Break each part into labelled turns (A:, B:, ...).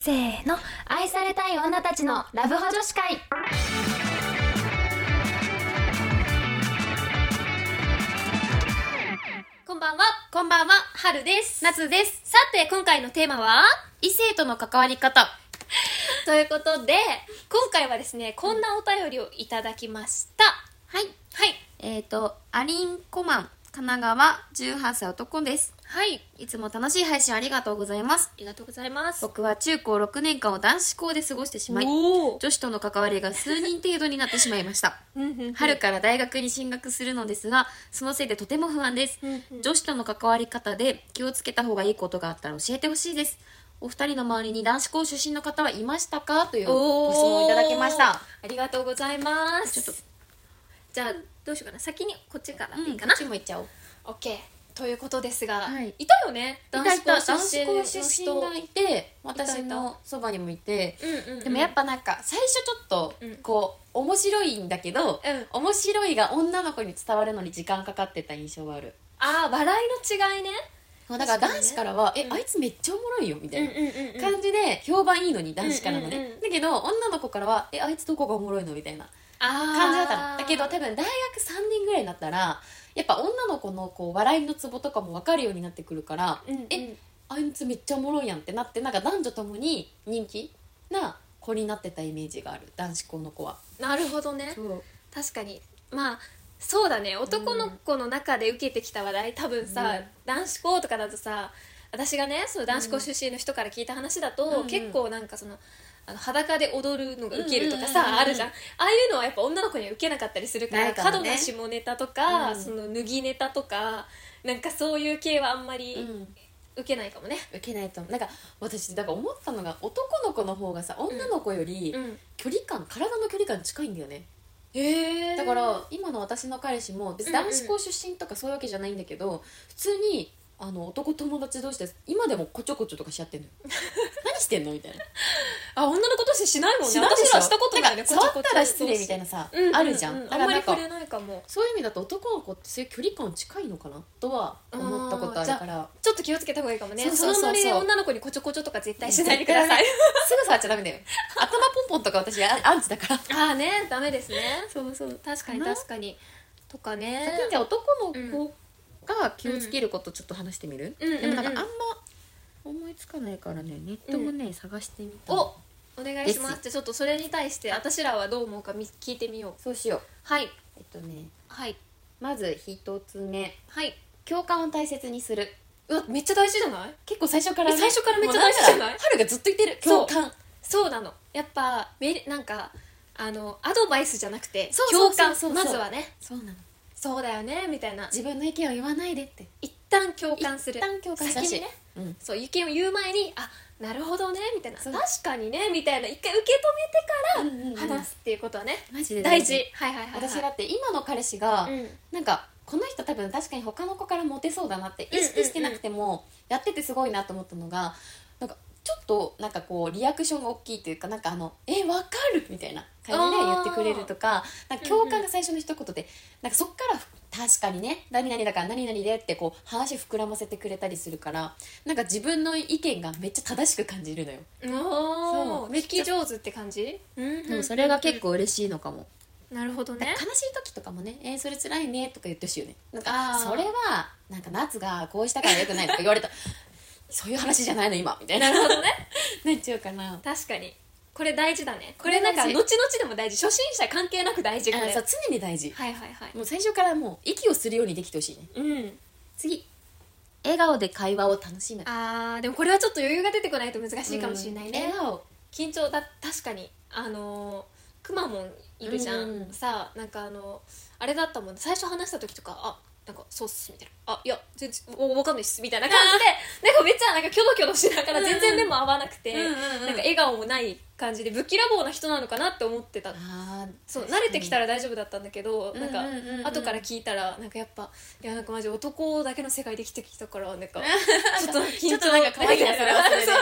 A: せーの愛されたい女たちのラブホ女子会
B: こんばんは。こんばんは。春です。夏です。さて、今回のテーマは、異性との関わり方。 ということで、今回はですね、こんなお便りをいただきました。
C: はい。
B: はい。
C: えっ、と、アリンコマン、神奈川、18歳男です。
B: はい。あ
C: いつも楽しい配信ありがとうございます。
B: りがとうございます。
C: 僕は中高6年間を男子校で過ごしてしまい、
B: おー
C: 女子との関わりが数人程度になってしまいました。
B: うんうんうん
C: 春から大学に進学するのですが、そのせいでとても不安です
B: うんうん。
C: 女子との関わり方で気をつけた方がいいことがあったら教えてほしいです。お二人の周りに男子校出身の方はいましたかというご質問をいただきまし
B: おー
C: た。
B: ありがとうございます。
C: ちょっと
B: じゃあ、どうしようかな。先にこっちから
C: う
B: でいい
C: ん、こ
B: かな
C: っ。ちも行っちゃおう。
B: オッケー。ということですが、
C: はいい、
B: たよね
C: いたいた男
B: 男
C: 子
B: 子
C: 校
B: 校
C: 出
B: 出
C: 身
B: 身
C: が
B: の
C: い
B: 人。
C: て
B: いた
C: 私のそばにもいて
B: うんうんうん
C: でもやっぱなんか最初ちょっと
B: うん
C: こう面白いんだけど、
B: うん
C: 面白いが女の子に伝わるのに時間かかってた印象がある
B: ああ、笑いの違いね。
C: だから男子からは「
B: にね
C: え
B: うん
C: あいつめっちゃおもろいよ」みたいな
B: うんう
C: 感じで評判いいのに男子からのね、
B: うんうんうん
C: だけど女の子からは「えあいつどこがおもろいの?」みたいな感
B: 感
C: じだったのだけど多分大学3年ぐらいになったらやっぱ女の子のこう笑いのツボとかも分かるようになってくるから、
B: うんうん
C: えあいつめっちゃおもろいやんってなってなんか男女ともに人気な子になってたイメージがある男子校の子は
B: なるほどね
C: そう
B: 確かにまあそうだね男の子の中で受けてきた話題多分さ、
C: うん
B: 男子校とかだとさ私がねその男子校出身の人から聞いた話だと、
C: うんうん
B: 結構なんかそのあの裸で踊るのがウケるとかさ、
C: うんうんうんうん
B: あるじゃんああいうのはやっぱ女の子にはウケなかったりするから
C: ないか
B: 過
C: もね
B: 度な下ネタとか、
C: うん
B: その脱ぎネタとかなんかそういう系はあんま
C: う
B: り
C: ん
B: ウケないかもね。
C: 受けないと思うなんか私だから思ったのが男の子の方がさ女の子より
B: うん
C: 距離感、体の距離感近いんだよね
B: へえ
C: だから今の私の彼氏も別に男子校出身とかそういうわけじゃないんだけど、普通にあの男友達同士で今でもこちょこちょとかしち ゃってんのよ何してんのみたいな
B: あ女の子としてしないもんね
C: しないでしょ
B: 私らはしたことないね
C: んか触
B: こ
C: っ
B: ちょこちょ
C: たら失礼みたいなさ、
B: ううう
C: あるじゃんだ
B: あ
C: か
B: んま
C: らな
B: り
C: んか
B: 触れないかも
C: そういう意味だと男の子ってそういう距離感近いのかなとは思ったことあるから
B: ちょっと気をつけた方がいいかもね
C: そ
B: そう
C: そ
B: のノ
C: うそうそう
B: リで女の子にこちょこちょとか絶対しないでください
C: すぐ触っちゃダメだよ頭ポンポンとか私 あアンチだから
B: ああねダメですね
C: そうそう
B: 確かに
C: かな
B: 確かにとかね
C: 先にじゃあ男の子が気をつけることちょっと話してみる、
B: うん
C: でもなんかあ
B: うんんうん
C: ま
B: うん
C: 思いつかないからねネットもね、探してみた
B: おお願いしま
C: で
B: す
C: す
B: じゃあちょっとそれに対して私らはどう思うかみ聞いてみよう
C: そうしよう
B: はい
C: えっとね
B: はい
C: まず一つ目
B: はい
C: 共感を大切にする
B: うわめっちゃ大事じゃない
C: 結構最初からね、
B: え最初からめっちゃ大事じゃない
C: もうんか春がずっと言ってる
B: そ
C: 共
B: う
C: 感
B: そうなのやっぱめなんかあのアドバイスじゃなくて
C: そうそ
B: 共
C: うそう
B: 感
C: そう
B: まずはね
C: そうなの
B: そうだよねみたいな
C: 自分の意見を言わないでって
B: 一旦共感する
C: 一旦共感
B: 先にね
C: うん
B: そう意見を言う前にあなるほどねみたいな
C: そう
B: 確かにねみたいな一回受け止めてから話すっていうことはね、
C: マジで
B: 大事はいはいはい、はい、
C: 私だって今の彼氏が、
B: うん
C: なんかこの人多分確かに他の子からモテそうだなって意識してなくてもやっててすごいなと思ったのがなんかちょっとなんかこうリアクションが大きいというかなんかあの「えわかる!」みたいな感じで言ってくれるとかなんか共感が最初の一言でなんかそっから「確かにね何々だから何々で」ってこう話膨らませてくれたりするからなんか自分の意見がめっちゃ正しく感じるのよ。
B: お
C: そう
B: おめっき上手って感じうん
C: 構嬉しいのかも。
B: なるほどね
C: 悲しい時とかもね「えー、それ辛いね」とか言ってほしいよねなん
B: あ
C: か
B: ー
C: それはなんか夏がこうしたからよくないとか言わ れたそういう話じゃないの今みたいな
B: なるほどね
C: なっちゃうかな
B: 確かにこれ大事だねこれなんか
C: これ
B: 後
C: 大
B: 々でも大事初心者関係なく大事こ
C: あ
B: れ
C: そう常に大事
B: はいはいはい
C: もう最初からもう息をするようにできてほしいね
B: うん
C: 次笑顔で会話を楽しむ
B: あーでもこれはちょっと余裕が出てこないと難しいかもしれないね、
C: うん笑顔
B: 緊張だ確かにあのーくまモンいるじゃん、
C: うん
B: さあなんかあのあれだったもん最初話した時とかあなんかそうっすみたいなあいや全然おわかんないっすみたいな感じでなんかめっちゃなんかキョロキョロしながら全
C: う
B: 然
C: ん
B: 目も合わなくて、
C: うんうんうん
B: なんか笑顔もない感じでぶっきらぼうな人なのかなって思ってた
C: あー
B: そう
C: 確か
B: 慣
C: に
B: れてきたら大丈夫だったんだけどなんか
C: うんうんうんうん
B: 後から聞いたらなんかやっぱいやなんかマジ男だけの世界で生きてきたからなん かちょっと緊張
C: ちょっとなんか可愛いなそれはそれで
B: そう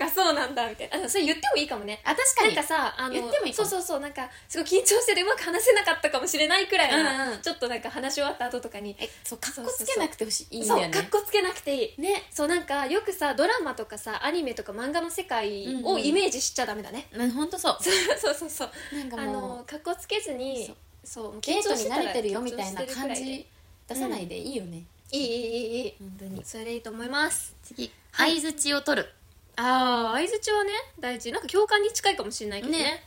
B: がそうなんだみたいなあでもそれ言ってもいいかもね
C: あ確か
B: な
C: に
B: んかさあの
C: 言ってもいいか
B: そう
C: も
B: そうそうなんかすごい緊張しててうまく話せなかったかもしれないくらいな、
C: うんうん
B: ちょっとなんか話し終わった後とかに
C: えそうかっこつけなくてほしいいいんだ
B: そう
C: よね
B: かっこつけなくていいねそうなんかよくさドラマとかさアニメとか漫画の世界
C: うんう
B: を
C: ん
B: イメージしちゃダメだね、
C: うんほんとそう
B: そうそうそう
C: なんか
B: あ
C: もう
B: のかっこつけずにそうもう
C: デ
B: 緊
C: ート
B: 張
C: に
B: してた
C: 慣
B: ら
C: れてるよみたいな
B: 緊張してるく
C: 感
B: らいで
C: じ出さないでいいよね、
B: いいいいいいいい
C: 本当に
B: それでいいと思います
D: 次相づちを取る
B: ああ相づちはね大事なんか共感に近いかもしれないけどね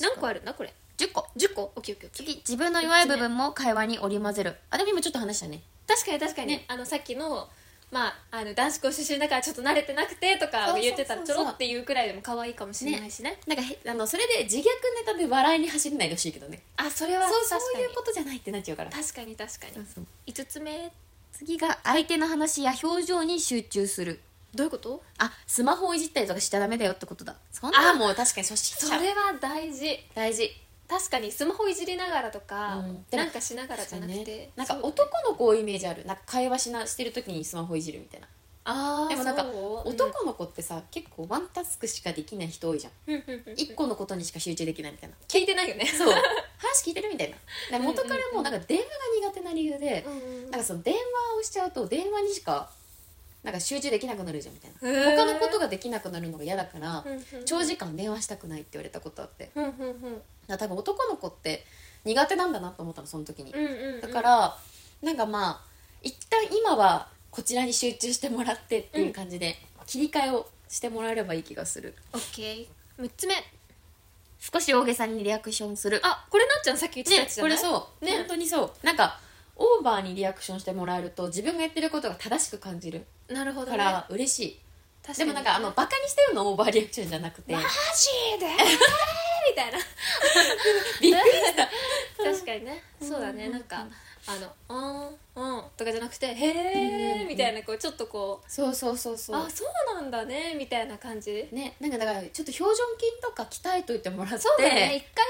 B: 何個あ
D: る
B: るんだこれ
D: 10個
B: 10個オッケーオッケーオッケー
D: 次自分の弱い部分も会話に織り交ぜる
C: あでも今ちょっと話したね
B: 確かに確かに、
C: ね
B: あのさっきのまあ、あの男子校出身だからちょっと慣れてなくてと
C: そうそうそう
B: か
C: そう
B: 言ってたらちょろっていうくらいでも可愛いかもしれないしね
C: なんかへあのそれで自虐ネタで笑いに走らないでほしいけどね
B: あそれは
C: そう
B: 確か
C: そ
B: に
C: ういうことじゃないってなっちゃうから
B: 確かに確かに
C: そう
B: 5つ目
D: 次が相手の話や表情に集中する
B: どういうこと
D: あスマホをいじったりとかしちゃダメだよってことだそんな
C: ああもう確かに初
B: そ
C: 心者
B: れは大事
C: 大事
B: 確かにスマホいじりながらとか、
C: うん
B: なんかしながらじゃなくて、
C: ねなんか
B: そう
C: 男の子をイメージあるなんか会話しなしてる時にスマホいじるみたいな
B: あー
C: でもなんか
B: そう
C: 男の子ってさ結構ワンタスクしかできない人多いじゃん
B: うんうんうんうん
C: 一個のことにしか集中できないみたいな
B: 聞いてないよね
C: そう話聞いてるみたいなで
B: うんうんうん
C: 元からもうなんか電話が苦手な理由でなんかその電話をしちゃうと電話にしかなんか集中できなくなるじゃんみたいな他のこと
B: が
C: ができなくなるのが嫌だから長時間電話したくないって言われたことあってだか
B: うんうんうん
C: ら多分男の子って苦手なんだなと思ったのその時に
B: うんうん
C: だからなんかまあ一旦今はこちらに集中してもらってっていう感じで切り替えをしてもらえればいい気がする
B: OK6 つ目
D: 少し大げさにリアクションする
B: あこれなっちゃんさっき言ってたや
C: ね
B: つじゃ
C: こ
B: ない、
C: れそう、
B: ね
C: 本当にそうなんかオーバーにリアクションしてもらえると自分がやってることが正しく感じる
B: なるほど、
C: か
B: ね、
C: ら嬉しい、
B: 確
C: で
B: に
C: もなんかあのバカにしてるのオーバーリアクションじゃなくて
B: マジ でみたいな
C: びっくりした
B: 確かにねそうだねなんかあの「うんうん」とかじゃなくて「へえ」みたいなこうちょっとこう
C: そうそうそう
B: 「
C: そう
B: あそうなんだね」みたいな感じ
C: ねなんかだからちょっと表情筋とか鍛えといてもらって
B: そうだね、一回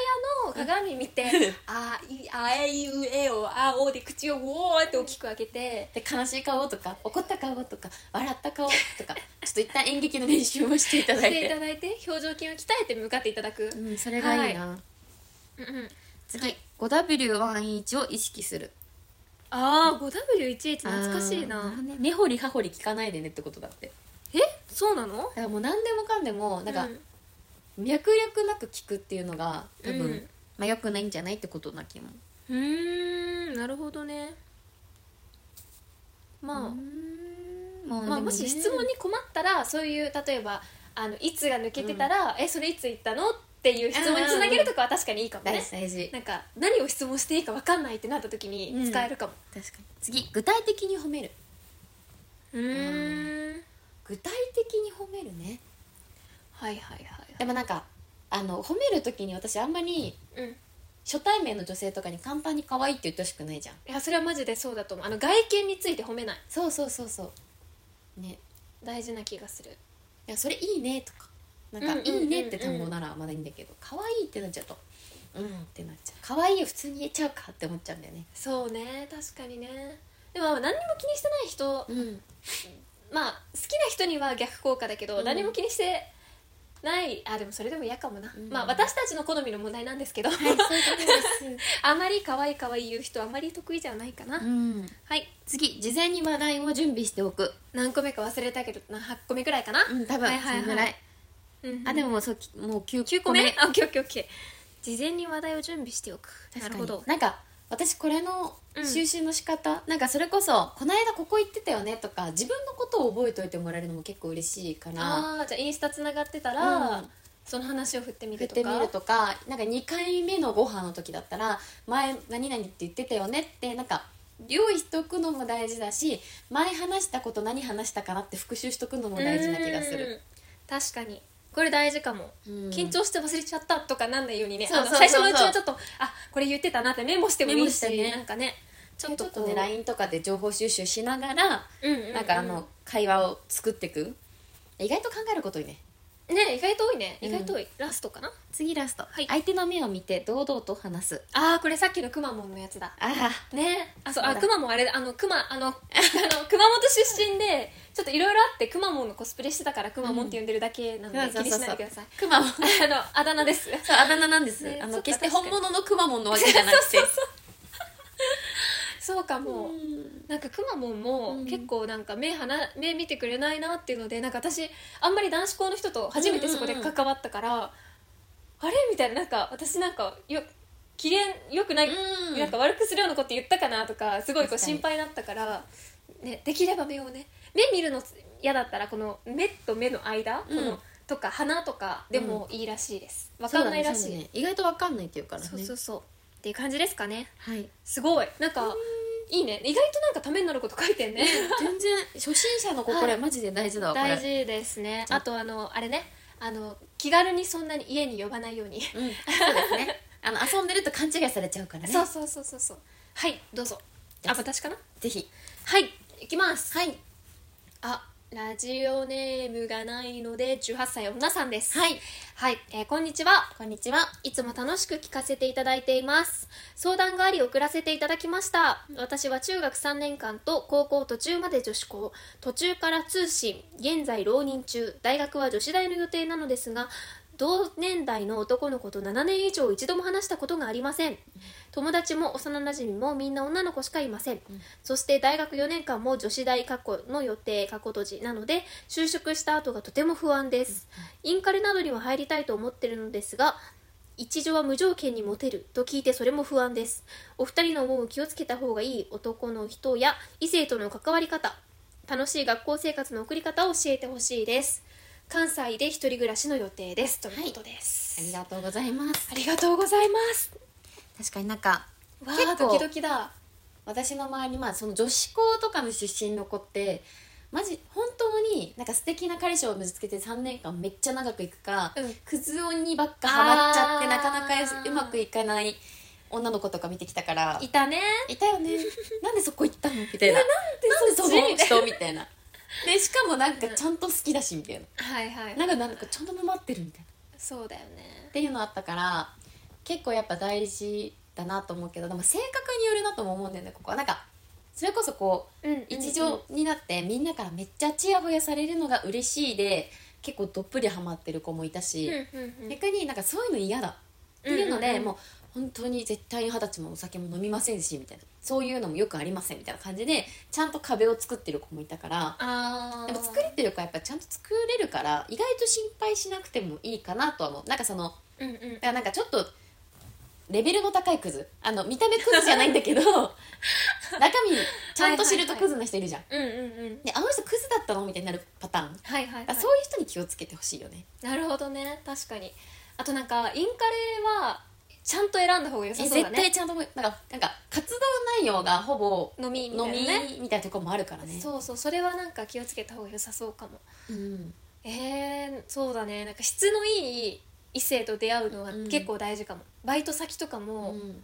B: あの鏡見て「あいあえいうえをあお」で口をウォーって大きく開けて
C: で悲しい顔とか怒った顔とか笑った顔とか ちょっと一旦演劇の練習をしていた
B: し
C: だい
B: てい
C: て
B: ただいて表情筋を鍛えて向かっていただく、
D: うんそれがいいな、
B: うんうん
D: 次、5W1H を意識する
B: ああ 5W11 懐かしい
D: あー
B: な
C: 根掘り葉掘り聞かないでねってことだって
B: えそうなの
C: だからもう何でもかんでもなんか
B: うん
C: 脈絡なく聞くっていうのが多
B: う
C: 分
B: ん
D: まあ、よくないんじゃないってことな気も
B: うーんなるほどねまあ、
D: もうで
B: まあ、
D: ね
B: もし質問に困ったらそういう例えばあのいつが抜けてたら「えそれいつ言ったの?」っていう質問につなげるとかは確かにいいかも
C: 大
B: ね
C: 事、大事
B: なんか何を質問していいか分かんないってなった時に使えるかも
C: 確かに
D: 次
C: 具体的に褒める
B: うーん
C: 具体的に褒めるね
B: はいはいは
C: でもなんかあの褒める時に私あんまり
B: いうん
C: 初対面の女性とかに簡単に可愛いって言ってほしくないじゃん
B: いやそれはマジでそうだと思うあの外見について褒めない
C: そうそうそうそうね
B: 大事な気がする
C: いやそれいいねとかなんか、
B: うんうんうんうん
C: いいねって単語ならまだいいんだけど可愛いってなっちゃうとうんってなっちゃう可愛いよ普通に言えちゃうかって思っちゃうんだよね
B: そうね確かにねでも何にも気にしてない人
C: うん
B: まあ好きな人には逆効果だけど、
C: うん
B: 何も気にしてないあでもそれでも嫌かもな、
C: うん
B: まあ私たちの好みの問題なんですけど、 あまり可愛い可愛い言う人あまり得意じゃないかな、
D: うん
B: はい
D: 次事前に話題を準備しておく
B: 何個目か忘れたけどな8個目くらいかな、
D: うん多分
B: はいはいはい
D: そのぐらい
B: うん
D: あでももうそうきもう9
B: 9個目あオッケーオッケーオッケー事前に話題を準備しておくな
C: な
B: るほ
C: るほ
B: ど
C: どなんか私これの
B: うん
C: 収集の仕方、なんかそれこそ「この間ここ行ってたよね」とか自分のことを覚えておいてもらえるのも結構嬉しいから
B: ああーじゃあインスタつながってたら、
C: うん
B: その話を振ってみ
C: 振っ
B: るとか
C: てみるとかなんか2回目のご飯の時だったら「前何々って言ってたよね」ってなんか用意しとくのも大事だし前話したこと何話したかなって復習しとくのも大事な気がする。
B: うん確かにこれ大事かも、
C: うん
B: 緊張して忘れちゃったとかなんないようにね
C: そうそ
B: あ
C: う
B: の
C: そ
B: 最
C: う
B: 初のうちはちょっとあこれ言ってたなってメモしてもい
C: メ
B: い
C: モ
B: し
C: してね
B: なんかね
C: ち
B: ち
C: ょ
B: ょ
C: っ
B: っ
C: と
B: と
C: こ
B: こ
C: う
B: う
C: ね LINE とかで情報収集しながら、
B: うんうんうん
C: なんかあの会話を作っていく意外と考えることいいね
B: ね意外と多いね
C: うん
B: 意外と多い、ラストかな
D: 次ラスト、
B: はい
D: 相手の目を見て堂々と話す
B: ああこれさっきのくまモンのやつだ
C: ああ
B: ねあそう
C: そう
B: あ
C: だ
B: くまモンあれだあのくまあの あの熊本出身でちょっといろいろあってくまモンのコスプレしてたからくまモンって呼んでるだけなので、
C: うん
B: 気にしないでください
C: くま モン
B: あのあだ名です
C: そうあだ名なんです、
B: ね
C: あ
B: そ
C: の
B: っか
C: 決して
B: 確か
C: 本
B: に
C: 物のくまモンのわけじゃな くて
B: そうかも、なんかくまモンも
C: うん
B: 結構なんか目はな目見てくれないなっていうのでなんか私あんまり男子校の人と初めてそこで関わったから、あれみたいななんか私なんかよ機嫌良くない、
C: うん
B: なんか悪くするようなこと言ったかなとかすごいこう
C: 確かに
B: 心配だったから、ね、できれば目をね目見るの嫌だったらこの目と目の間、
C: うん
B: このとか鼻とかでもいいらしいです、わかんないらしい
D: そう
B: そう,、
D: だねそうだね意外とわかんないっていうからね
B: そうそうっていう感じですかね
D: はい
B: すごいなんかいいね意外となんかためになること書いてんね
C: 全然初心者の子これマジで大事だわこれ
B: 大事ですねあとあのあれねあの気軽にそんなに家に呼ばないように、
C: うん、そうですね。あの遊んでると勘違いされちゃうからね。
B: そうそうそうそうそうはいどうぞあ私かな
C: ぜひ。
B: はい行きます
C: はい。
B: あラジオネームがないので18歳女さんです
C: はい。
B: はい、えーこんにちは
C: こんにちは。
B: いつも楽しく聞かせていただいています相談があり送らせていただきました私は中学3年間と高校途中まで女子校途中から通信現在浪人中大学は女子大の予定なのですが同年代の男の子と7年以上一度も話したことがありません友達も幼なじみもみんな女の子しかいません、そして大学4年間も女子大過去の予定過去閉じなので就職した後がとても不安です、インカレなどには入りたいと思ってるのですが一女は無条件にモテると聞いてそれも不安ですお二人の思う気をつけた方がいい男の人や異性との関わり方楽しい学校生活の送り方を教えてほしいです関西で一人暮らしの予定ですということです、
C: ありがとうございます。
B: ありがとうございます
D: 確かになんか
B: わ
C: 結
B: あ
C: 構
B: ドキドキだ
C: 私の周りまあその女子校とかの出身の子って。マジ本当になんか素敵な彼氏を見つけて3年間めっちゃ長くいくか、
B: うん
C: クズ鬼ばっかハマっちゃって
B: あー
C: なかなかうまくいかない女の子とか見てきたから
B: いたね
C: いたよねなんでそこ行ったのみたいななんで
B: そっち
C: そこ人みたいなでしかもなんかちゃんと好きだしみたいな
B: はいはい
C: なんかなんかちゃんと沼ってるみたいな
B: そうだよね
C: っていうのあったから結構やっぱ大事だなと思うけどでも性格によるなとも思うんだよねここはなんかそれこそこう
B: うん
C: 一条になってみんなからめっちゃちやほやされるのが嬉しいで結構どっぷりハマってる子もいたし、
B: うんうんうん
C: 逆になんかそういうの嫌だっていうので、
B: うんうんうん
C: もう本当に絶対に二十歳もお酒も飲みませんしみたいなそういうのもよくありませんみたいな感じでちゃんと壁を作ってる子もいたから
B: あー
C: でも作りっていうかやっぱちゃんと作れるから意外と心配しなくてもいいかなとは思うなんかその
B: うんうん
C: だからなんかちょっとレベルの高いクズあの見た目クズじゃないん だけど中身ちゃんと知るとクズな人いるじゃん、
B: うんうんうん
C: であの人クズだったのみたいになるパターン、
B: はいはい、は
C: あ
B: い、
C: そういう人に気をつけてほしいよね
B: なるほどね確かにあとなんかインカレはちゃんと選んだ方が良さ
C: え
B: そうだ
C: 絶対
B: ね
C: ちゃんとなんかなんか活動内容がほぼ
B: 飲みみた
C: 飲
B: い
C: み
B: なね
C: みたいなとこもあるからね
B: そうそうそれはなんか気をつけた方が良さそうかも
C: うん
B: えー、そうだねなんか質のいい異性と出会うのは
C: うん
B: 結構大事かも、バイト先とかも、
C: うん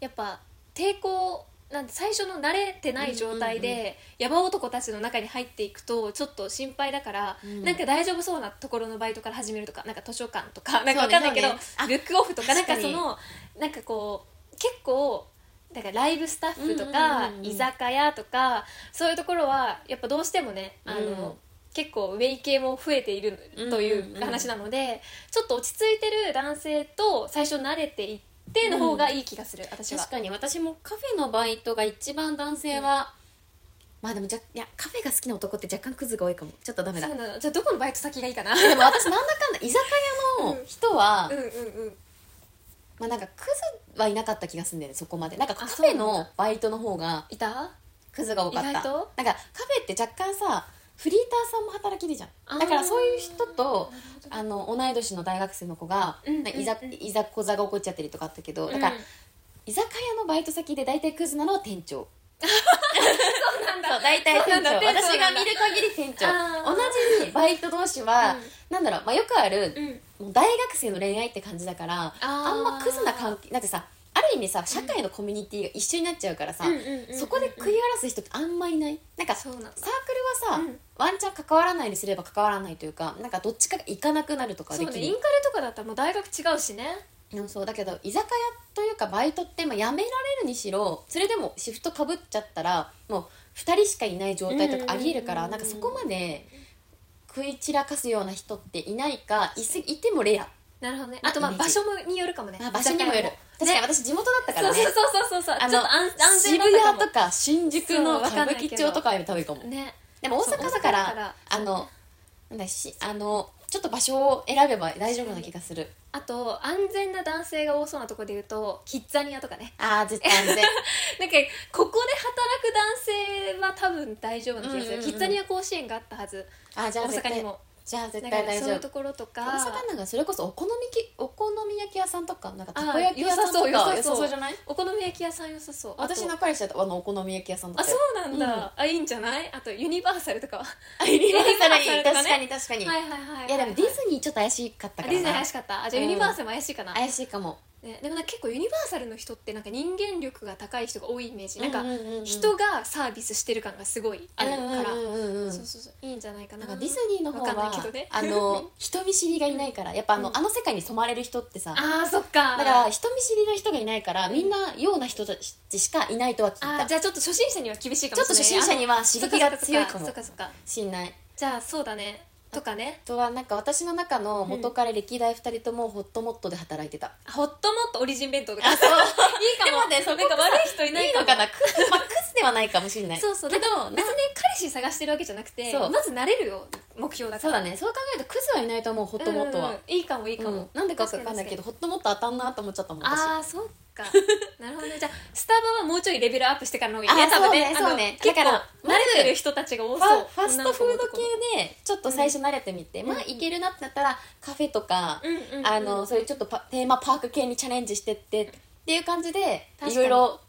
B: やっぱ抵抗なんて最初の慣れてない状態で、ヤバ男たちの中に入っていくとちょっと心配だから、
C: うん
B: なんか大丈夫そうなところのバイトから始めるとかなんか図書館とかなんか
C: そ
B: わ
C: うね
B: かんないけど、
C: そうねあ
B: ブックオフとかなん
C: 確
B: か
C: か
B: そ
C: に
B: のなんかこう結構なんかライブスタッフとか、
C: うんうんうんう
B: 居
C: ん
B: 酒屋とかそういうところはやっぱどうしてもねあの、
C: うん
B: 結構ウェイ系も増えているという話なので、ちょっと落ち着いてる男性と最初慣れていっての方がいい気がする、私は
C: 確。かに私もカフェのバイトが一番男性は、まあでもじゃいやカフェが好きな男って若干クズが多いかもちょっとダメだ
B: そうなのじゃあどこのバイト先がいいか なうん
C: でも私なんだかんだ居酒屋の人は、
B: うんうん
C: まあなんかクズはいなかった気がするんだよねそこまでなんかカ
B: あ
C: フ
B: そう
C: ェ
B: なん
C: のバイトの方が
B: いた
C: クズが多かった
B: 意外と
C: なんかカフェって若干さフリーターさんも働きでじゃんだからそういう人とあの同い年の大学生の子が、
B: うんうん
C: なんかいざいざこざが起こっちゃってるとかあったけど、
B: だ
C: だから居酒屋のバイト先で大体クズなのは 店長そうなんだそう大体
B: そうなんだ
C: 店長
B: 店長
C: 私
B: な
C: が
B: んだ
C: 見る限り店長
B: あー
C: 同じにバイト同士は、
B: うん
C: なんだろう、まあ、よくある、
B: うん
C: もう大学生の恋愛って感じだから
B: あー
C: あんまクズな関係だってさあるる意味さ社会のコミュニティが一緒になっちゃうからさ、
B: うんうんうんうん
C: そこで食い争う人ってあんまいないなんか
B: そうなんだ
C: サークルはさ、
B: うん
C: ワンチャン関わらないにすれば関わらないというかなんかどっちかが行かなくなるとか
B: そ
C: で
B: う
C: き
B: ね
C: る
B: インカレとかだったらもう大学違うしね
C: でもそうだけど居酒屋というかバイトって、まあ、辞められるにしろそれでもシフトかぶっちゃったらもう2人しかいない状態とかありえるから、
B: うんうんうんうん
C: なんかそこまで食い散らかすような人っていないかいすいてもレア、
B: なるほどね
C: まあ
B: あとまあ
C: イメー
B: 場
C: ジ
B: 所もによるかもね
C: まあ、場所にもよる確かに私地元だった
B: だか
C: か
B: らら
C: ね
B: ねそうそうそうそうそう
C: あ
B: ちょ
C: の
B: っと安安全
C: 渋
B: だったか
C: 谷と
B: も
C: か新宿の
B: そうわ
C: 歌
B: かんな
C: 舞
B: いけど
C: 伎町とかより多分いいかも
B: ね
C: でも大
B: そう
C: 阪だから
B: 大阪だから
C: あのなんだしあのちょっと場所を選べば大丈夫な気がする
B: あと安全な男性が多そうなところで言うとキッザニアとかね
C: ああ絶対安全
B: なんかここで働く男性は多分大丈夫な気がする、
C: うんうんうん
B: キッザニア甲子園があったはず
C: あーじゃあ
B: 大
C: 絶
B: 阪
C: 対
B: にも
C: じゃあ絶
B: だ
C: 対
B: から
C: 大
B: そうい
C: 丈
B: う
C: 夫
B: ところとか
C: 大阪なんかそれこそお好みきお好み焼き屋さんとかなんかたこ焼き
B: あー
C: 屋さんとか
B: 良さそう良さそう
C: じゃない
B: お好み焼き屋さん良さそうあと
C: 私の彼氏だとあのお好み焼き屋さんだ
B: あ
C: った
B: そ
C: よ
B: うなんだ、あいいんじゃないあとユニバーサルとかは
C: あユニバーサルに
B: ユニバー
C: 確
B: サ
C: か
B: ル
C: に確かに、
B: はいは
C: い
B: いはい、
C: やでもディズニーちょっと怪しかった
B: あ
C: か
B: ディ
C: ら
B: ズニー怪
C: な
B: しかったあじゃあユニバーサルも怪しいかな、
C: 怪しいかも
B: ね、でもなんか結構ユニバーサルの人ってなんか人間力が高い人が多いイメージなん
C: う
B: か
C: ううう
B: 人がサービスしてる感がすごいあるから、
C: うんうんうんうん
B: そうそうそういいんじゃないか
C: な
B: なん
C: かディズニーの方
B: わかん
C: は
B: ないけどね
C: あの人見知りがいないからやっぱあの,、
B: うん
C: あの世界に染まれる人ってさ
B: あーそっか
C: だから人見知りの人がいないからみんなような人たちしかいないとは聞い
B: あ
C: た
B: ーじゃあちょっと初心者には厳しいか
C: ちょ
B: も
C: っと初
B: しれ
C: 心
B: ない
C: 者には刺激が強いか
B: あ
C: も
B: そっかそっかそっか
C: しんない
B: じゃあそうだねとかね
C: あとはなんか私の中の元彼歴代2人ともホットモットで働いてた、
B: ホットモットオリジン弁当とかいいかも
C: でもねそこ
B: なんか悪い人いないい
C: い
B: かも
C: のかなクス,、まあ、クスではないかもしんない
B: そうそう
C: け
B: だ
C: ど
B: から
C: な
B: 別に彼氏探してるわけじゃなくて
C: そう
B: まずなれるよ目標だか
C: そう
B: ら
C: だねそう考えるとクスはいないと思うホットモットは、
B: うんいいかもいいかも、
C: うんなんでかわかんないけどホットモット当たんなと思っちゃったもん私
B: ああそっかなるほどねじゃあスタバはもうちょいレベルアップしてからの方がいい
C: あ
B: ね
C: ー
B: 多分ね
C: そうね
B: あの
C: そうね
B: 結構
C: だから
B: 慣れてる人たちが多
C: フ
B: そ
C: ァ
B: う
C: ファストフード系でちょっと最初慣れてみて、
B: ん
C: まあいけるなってなったらカフェとか、
B: うんうんうん
C: あのそういうちょっとパテーマパーク系にチャレンジしてってっていう感じで
B: 確かに
C: いろいろ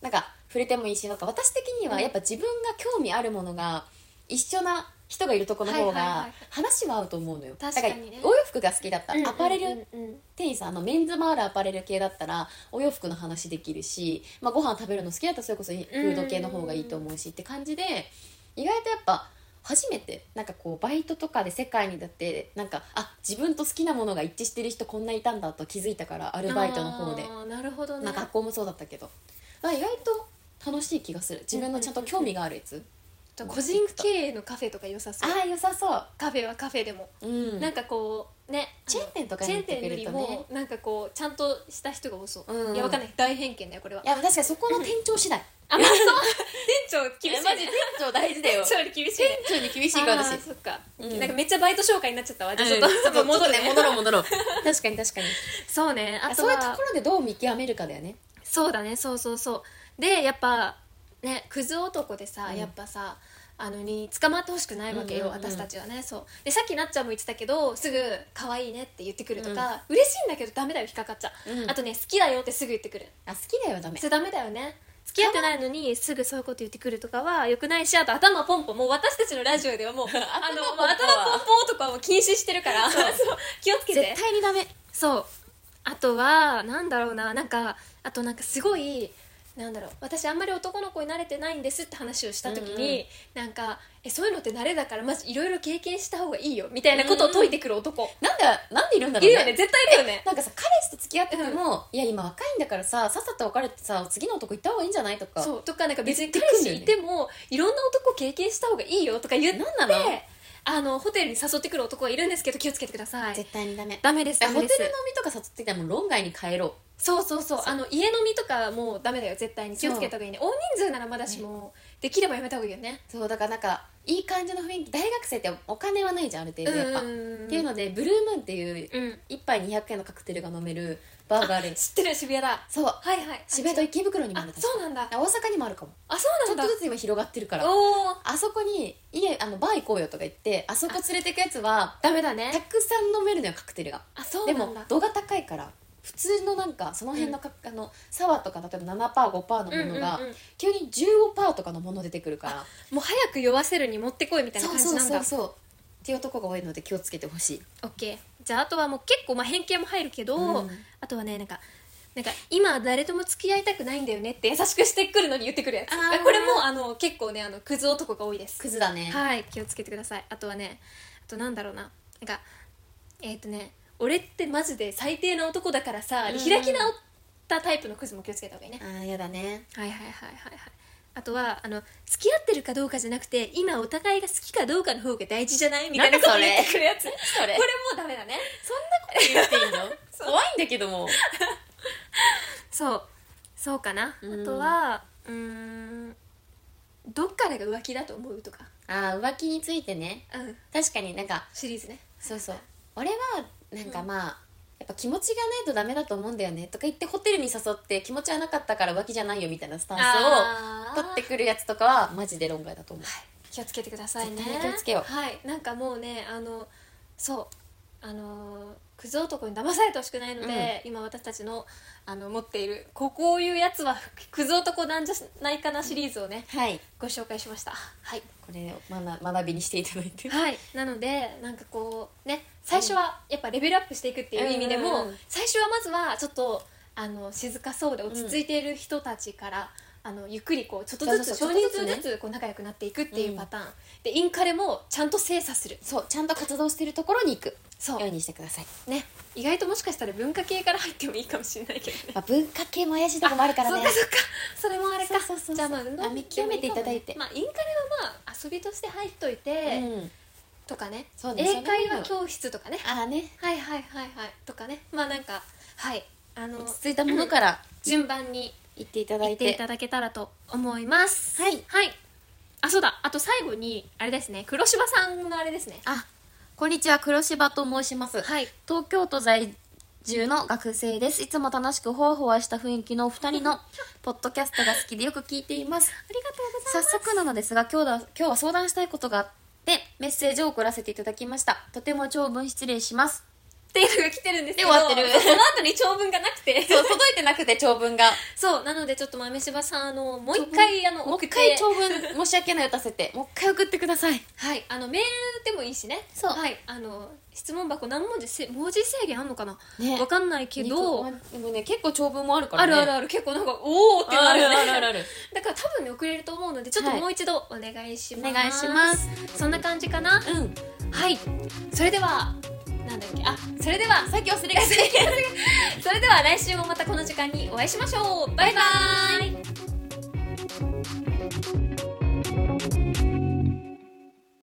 C: なんか触れてもいいしなんか私的にはやっぱ自分が興味あるものが一緒な人がいるとこの方
B: はいはいはいは
C: が
B: い
C: 話は合うと思うのよ
B: 確かにね
C: だからお洋服が好きだった
B: うんうんうん
C: ら
B: うん
C: アパレル店員さんあのメンズもあるアパレル系だったらお洋服の話できるし、まあ、ご飯食べるの好きだったらそれこそフード系の方がいいと思うしって感じで意外とやっぱ初めてなんかこうバイトとかで世界にだってなんかあ自分と好きなものが一致してる人こんないたんだと気づいたからアルバイトの方で、
B: あーなるほどね
C: まあ、学校もそうだったけど、まあ、意外と楽しい気がする自分のちゃんと興味があるやつ、
B: 個人経営のカフェとか良さそう
C: ああ良さそ
B: カフェはカフェでも、
C: う、うん、
B: なんかこうね
C: チェーン店とか
B: チェー
C: に行っ
B: ン
C: て
B: 店
C: く
B: よ
C: れる
B: り
C: と
B: も
C: ね
B: なんかこうちゃんとした人が多そう、
C: うん
B: いやわかんない大偏見だよこれはい
C: や確かにそこの店長次第
B: あまあそう店長
C: い
B: 厳し
C: や
B: い、
C: マジ
B: ね
C: 店、長大事だ よ
B: 店長に厳しい、ね、
C: 店長に厳しい
B: あ
C: から私
B: ーそっか、
C: うん
B: なんかめっちゃバイト紹介になっちゃったわじゃあ
C: ち
B: ち
C: ょ
B: ょ
C: っ
B: っと、
C: とちょっ
B: ちょっと
C: と
B: 戻る
C: 戻る
B: ね
C: ね 戻ろう戻ろう確かに確かに
B: そうねあとは
C: そういうところでどう見極めるかだよね
B: そうだねそうそうそうでやっぱねクズ男でさ、
C: うん
B: やっぱさあのに捕まってほしくないわけよ、
C: うんうんうん
B: 私たちはねそうでさっきなっちゃんも言ってたけどすぐ「可愛いね」って言ってくるとか、嬉しいんだけどダメだよ引っかかっちゃう、
C: うん
B: あとね「好きだよ」ってすぐ言ってくる
C: あ好きだよダメ
B: それダメだよね付き合ってないのにすぐそういうこと言ってくるとかはよくないしあと頭ポンポンもう私たちのラジオではもうあの
C: 頭ポ
B: もう
C: ンポンは
B: 頭ポンポンとかはもう禁止してるから そう気をつけて
C: 絶対にダメ
B: そうあとはなんだろうななんかあとなんかすごいなんだろう私あんまり男の子に慣れてないんですって話をした時に、なんかえそういうのって慣れだからまずいろいろ経験した方がいいよみたいなことを解いてくる男、
C: なんでなんでいるんだろ
B: いうる
C: ね
B: よね絶対いるよね
C: なんかさ彼氏と付き合ってても、いや今若いんだからささっさと別れてさ次の男行った方がいいんじゃないとか
B: そうとかなんか別に
C: 言
B: 彼
C: ってくんだ
B: 氏
C: よね
B: いてもいろんな男経験した方がいいよとか言って
C: なんなの
B: あのホテルに誘ってくる男がいるんですけど気をつけてください
C: 絶対にダメ
B: ダメです
C: え
B: ダ
C: ホ
B: メ
C: テル
B: で
C: 飲
B: す
C: みとか誘ってきたらもう論外に帰ろ
B: そうそうそうあの家飲みとかもうダメだよ絶対に気をつけた方がいいね大人数ならまだしも、できればやめた方がいいよね
C: うそうだからなんかいい感じの雰囲気大学生ってお金はないじゃんある程度やっぱ、
B: っ
C: っていう
B: の
C: のでブルームーンっていう
B: うん
C: 一杯200円のカクテルが飲めるバーがあるんです
B: 知ってる渋谷だ
C: そう
B: はいはい
C: 渋谷と池袋にもあ
B: あ
C: るんです
B: そうなんだ
C: 大阪にもあるかも
B: あ
C: ち
B: そ
C: ょ
B: う
C: っ
B: な
C: と
B: んだ
C: ずつ今広がってるから
B: おお
C: あそこに家あのバー行こうよとか言ってあそこ連れてくやつは
B: ダメだ
C: た
B: ね
C: くさん飲めるのよカクテルが
B: あそう
C: で
B: な
C: も
B: んだ
C: 度が高いから普通のなんかその辺のか、あのサワーとか例えば7%5% のものが、
B: うんうんうん
C: 急に15%とかのもの出てくるから
B: もう早く酔わせるに持ってこいみたいな
C: そ
B: 感
C: う
B: じ
C: そう
B: なん
C: そ
B: だ
C: うそうっていうとこが多いので気をつけてほしい
B: オッケーじゃああとはもう結構まあ偏見も入るけど、
C: うん
B: あとはねなんかなんか今は誰とも付き合いたくないんだよねって優しくしてくるのに言ってくるや
C: あー
B: つこれもあの結構ねあのクズ男が多いです
C: クズだね
B: はい気をつけてくださいあとはねあとなんだろうななんかえっ、とね俺ってマジで最低な男だからさ、
C: うん
B: 開き直ったタイプのクズも気をつけた方がいいね、
C: ああやだね
B: はいはいはいはいはいあとはあの付き合ってるかどうかじゃなくて今お互いが好きかどうかの方が大事じゃないみたいなことを言ってくるや つこ
C: そ
B: れ
C: れ
B: もうダメだね
C: そんなこと言ってい いの怖いんだけども
B: そうそうかな、
C: うん
B: あとはうーんどっからが浮気だと思うとか
C: ああ浮気についてね
B: うん
C: 確かになんか
B: シリーズね
C: そうそう俺はなんかまあ、やっぱ気持ちがないとダメだと思うんだよねとか言ってホテルに誘って気持ちはなかったから浮気じゃないよみたいなスタン
B: あ
C: ス
B: ー
C: を取ってくるやつとかはマジで論外だと思う、
B: 気をつけてくださいね
C: 絶対に気をつけよう
B: はいなんかもうねあのそうあのークズ男に騙されてほしくないので、今私たちのあの持っているここういうやつはクズ男なんじゃないかなシリーズをね
C: はい
B: ご紹介しましたはい
C: これを学学びにしていただいて
B: はい、なのでなんかこうね最初はやっぱレベルアップしていくっていう意味でも、
C: うんうん
B: 最初はまずはちょっとあの静かそうで落ち着いている人たちから、あのゆっくりこうちょっとずつ
C: そう
B: 少
C: そうちょっ
B: 人
C: とずつ
B: 数
C: ね
B: ずつこう仲良くなっていくっていうパターン、でインカレもちゃんと精査する
C: そうちゃんと活動してるところに行く
B: そう
C: ようにしてください、
B: ね意外ともしかしたら文化系から入ってもいいかもしれないけどね
C: まあ、文化系も怪しいとこもあるから
B: そう
C: ね
B: かそうかそれもあれか
C: そうそうそうそう
B: じゃあまあ運動
C: あ見極めていただいて
B: まあインカレはまあ遊びとして入っといて、
C: うん、
B: とかね
C: そうね
B: 英会
C: それもいい
B: 話
C: の
B: 教室とかね
C: ああね
B: はいはいはいはいとかねまあなんかはいあの
C: 落ち着いたものから
B: 順番に
C: 行っていただ
B: 言
C: い
B: って
C: て
B: いただけたらと思います
C: はい
B: はいあそうだあと最後にあれですね黒柴さんのあれですね
D: あこんにちは黒柴と申します、
B: はい
D: 東京都在住の学生ですいつも楽しくほわほわした雰囲気のお二人のポッドキャストが好きでよく聞いています
B: ありがとうございます
D: 早速なのですが今日だ今日は相談したいことがあってメッセージを送らせていただきましたとても長文失礼します
B: っていうのが来てるんですけど
C: で終わってる
B: そうその後に長文がなく て
C: そう届いてなくて長文が
B: そうなのでちょっと豆柴さんあのもう一回あの
C: もう
B: 送
C: 一
B: って
C: 回長文申し訳ない打たせてもう一回送ってください
B: はいあのメールでもいいしね
D: そう
B: はいあの質問箱何文字せ文字制限あんのかな
C: ね
B: わかんないけど
C: でもね結構長文もあるから
B: あ
C: ね
B: るあるある結構なんかおおってなるよね
C: あるあるある
B: だから多分ね遅れると思うのでちょっと
C: はい
B: もう一度お願いします、
D: お願いします
B: そんな感じかな
C: うん
B: はいそれではなんだっけあそれでは
C: さっき忘れがち
B: それでは来週もまたこの時間にお会いしましょうバイバイ